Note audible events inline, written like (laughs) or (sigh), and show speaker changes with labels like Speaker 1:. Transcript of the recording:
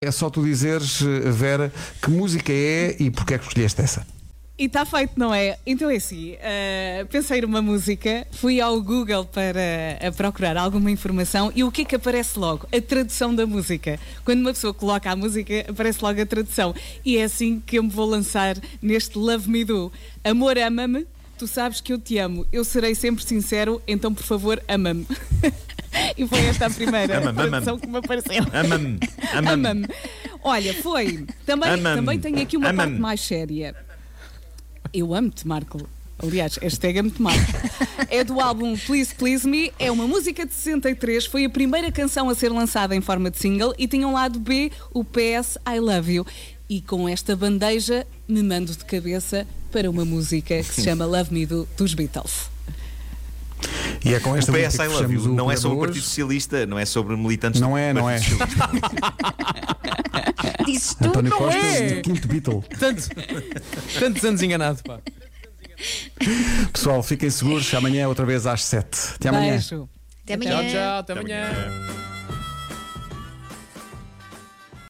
Speaker 1: É só tu dizeres, eh, Vera, que música é e porque é que escolheste essa.
Speaker 2: E está feito, não é? Então é assim, ah, pensei numa música, fui ao Google para ah, procurar alguma informação e o que é que aparece logo? A tradução da música. Quando uma pessoa coloca a música, aparece logo a tradução. E é assim que eu me vou lançar neste Love Me Do. Amor, ama-me, tu sabes que eu te amo, eu serei sempre sincero, então por favor, ama-me. (laughs) e foi esta a primeira
Speaker 3: Ama-me, ama-me.
Speaker 2: tradução que me
Speaker 3: (laughs)
Speaker 2: apareceu.
Speaker 3: Amam-me.
Speaker 2: Ama-me. Olha, foi. Também,
Speaker 3: Ama-me.
Speaker 2: também tenho aqui uma
Speaker 3: Ama-me.
Speaker 2: parte mais séria. Eu amo-te, Marco. Aliás, hashtag amo-te, Marco. É do álbum Please Please Me. É uma música de 63. Foi a primeira canção a ser lançada em forma de single e tinha um lado B, o PS I Love You. E com esta bandeja me mando de cabeça para uma música que se chama Love Me Do, dos Beatles.
Speaker 1: E é com
Speaker 3: O
Speaker 1: esta
Speaker 3: PS
Speaker 1: música
Speaker 3: I
Speaker 1: que
Speaker 3: Love
Speaker 1: fechamos
Speaker 3: You
Speaker 1: o
Speaker 3: não é sobre o
Speaker 1: programa de
Speaker 3: Partido
Speaker 1: hoje.
Speaker 3: Socialista, não é sobre militantes
Speaker 1: Não é,
Speaker 3: do
Speaker 1: não é.
Speaker 3: Partido Socialista.
Speaker 4: Dizes tu,
Speaker 1: António
Speaker 4: não
Speaker 1: Costa,
Speaker 4: é?
Speaker 1: o quinto Beatle.
Speaker 5: Tantos, tantos anos enganado, pá.
Speaker 1: Pessoal, fiquem seguros. Amanhã, outra vez às sete. Até amanhã.
Speaker 2: Beijo.
Speaker 4: Até amanhã.
Speaker 5: Tchau, tchau, até amanhã.
Speaker 3: Amanhã.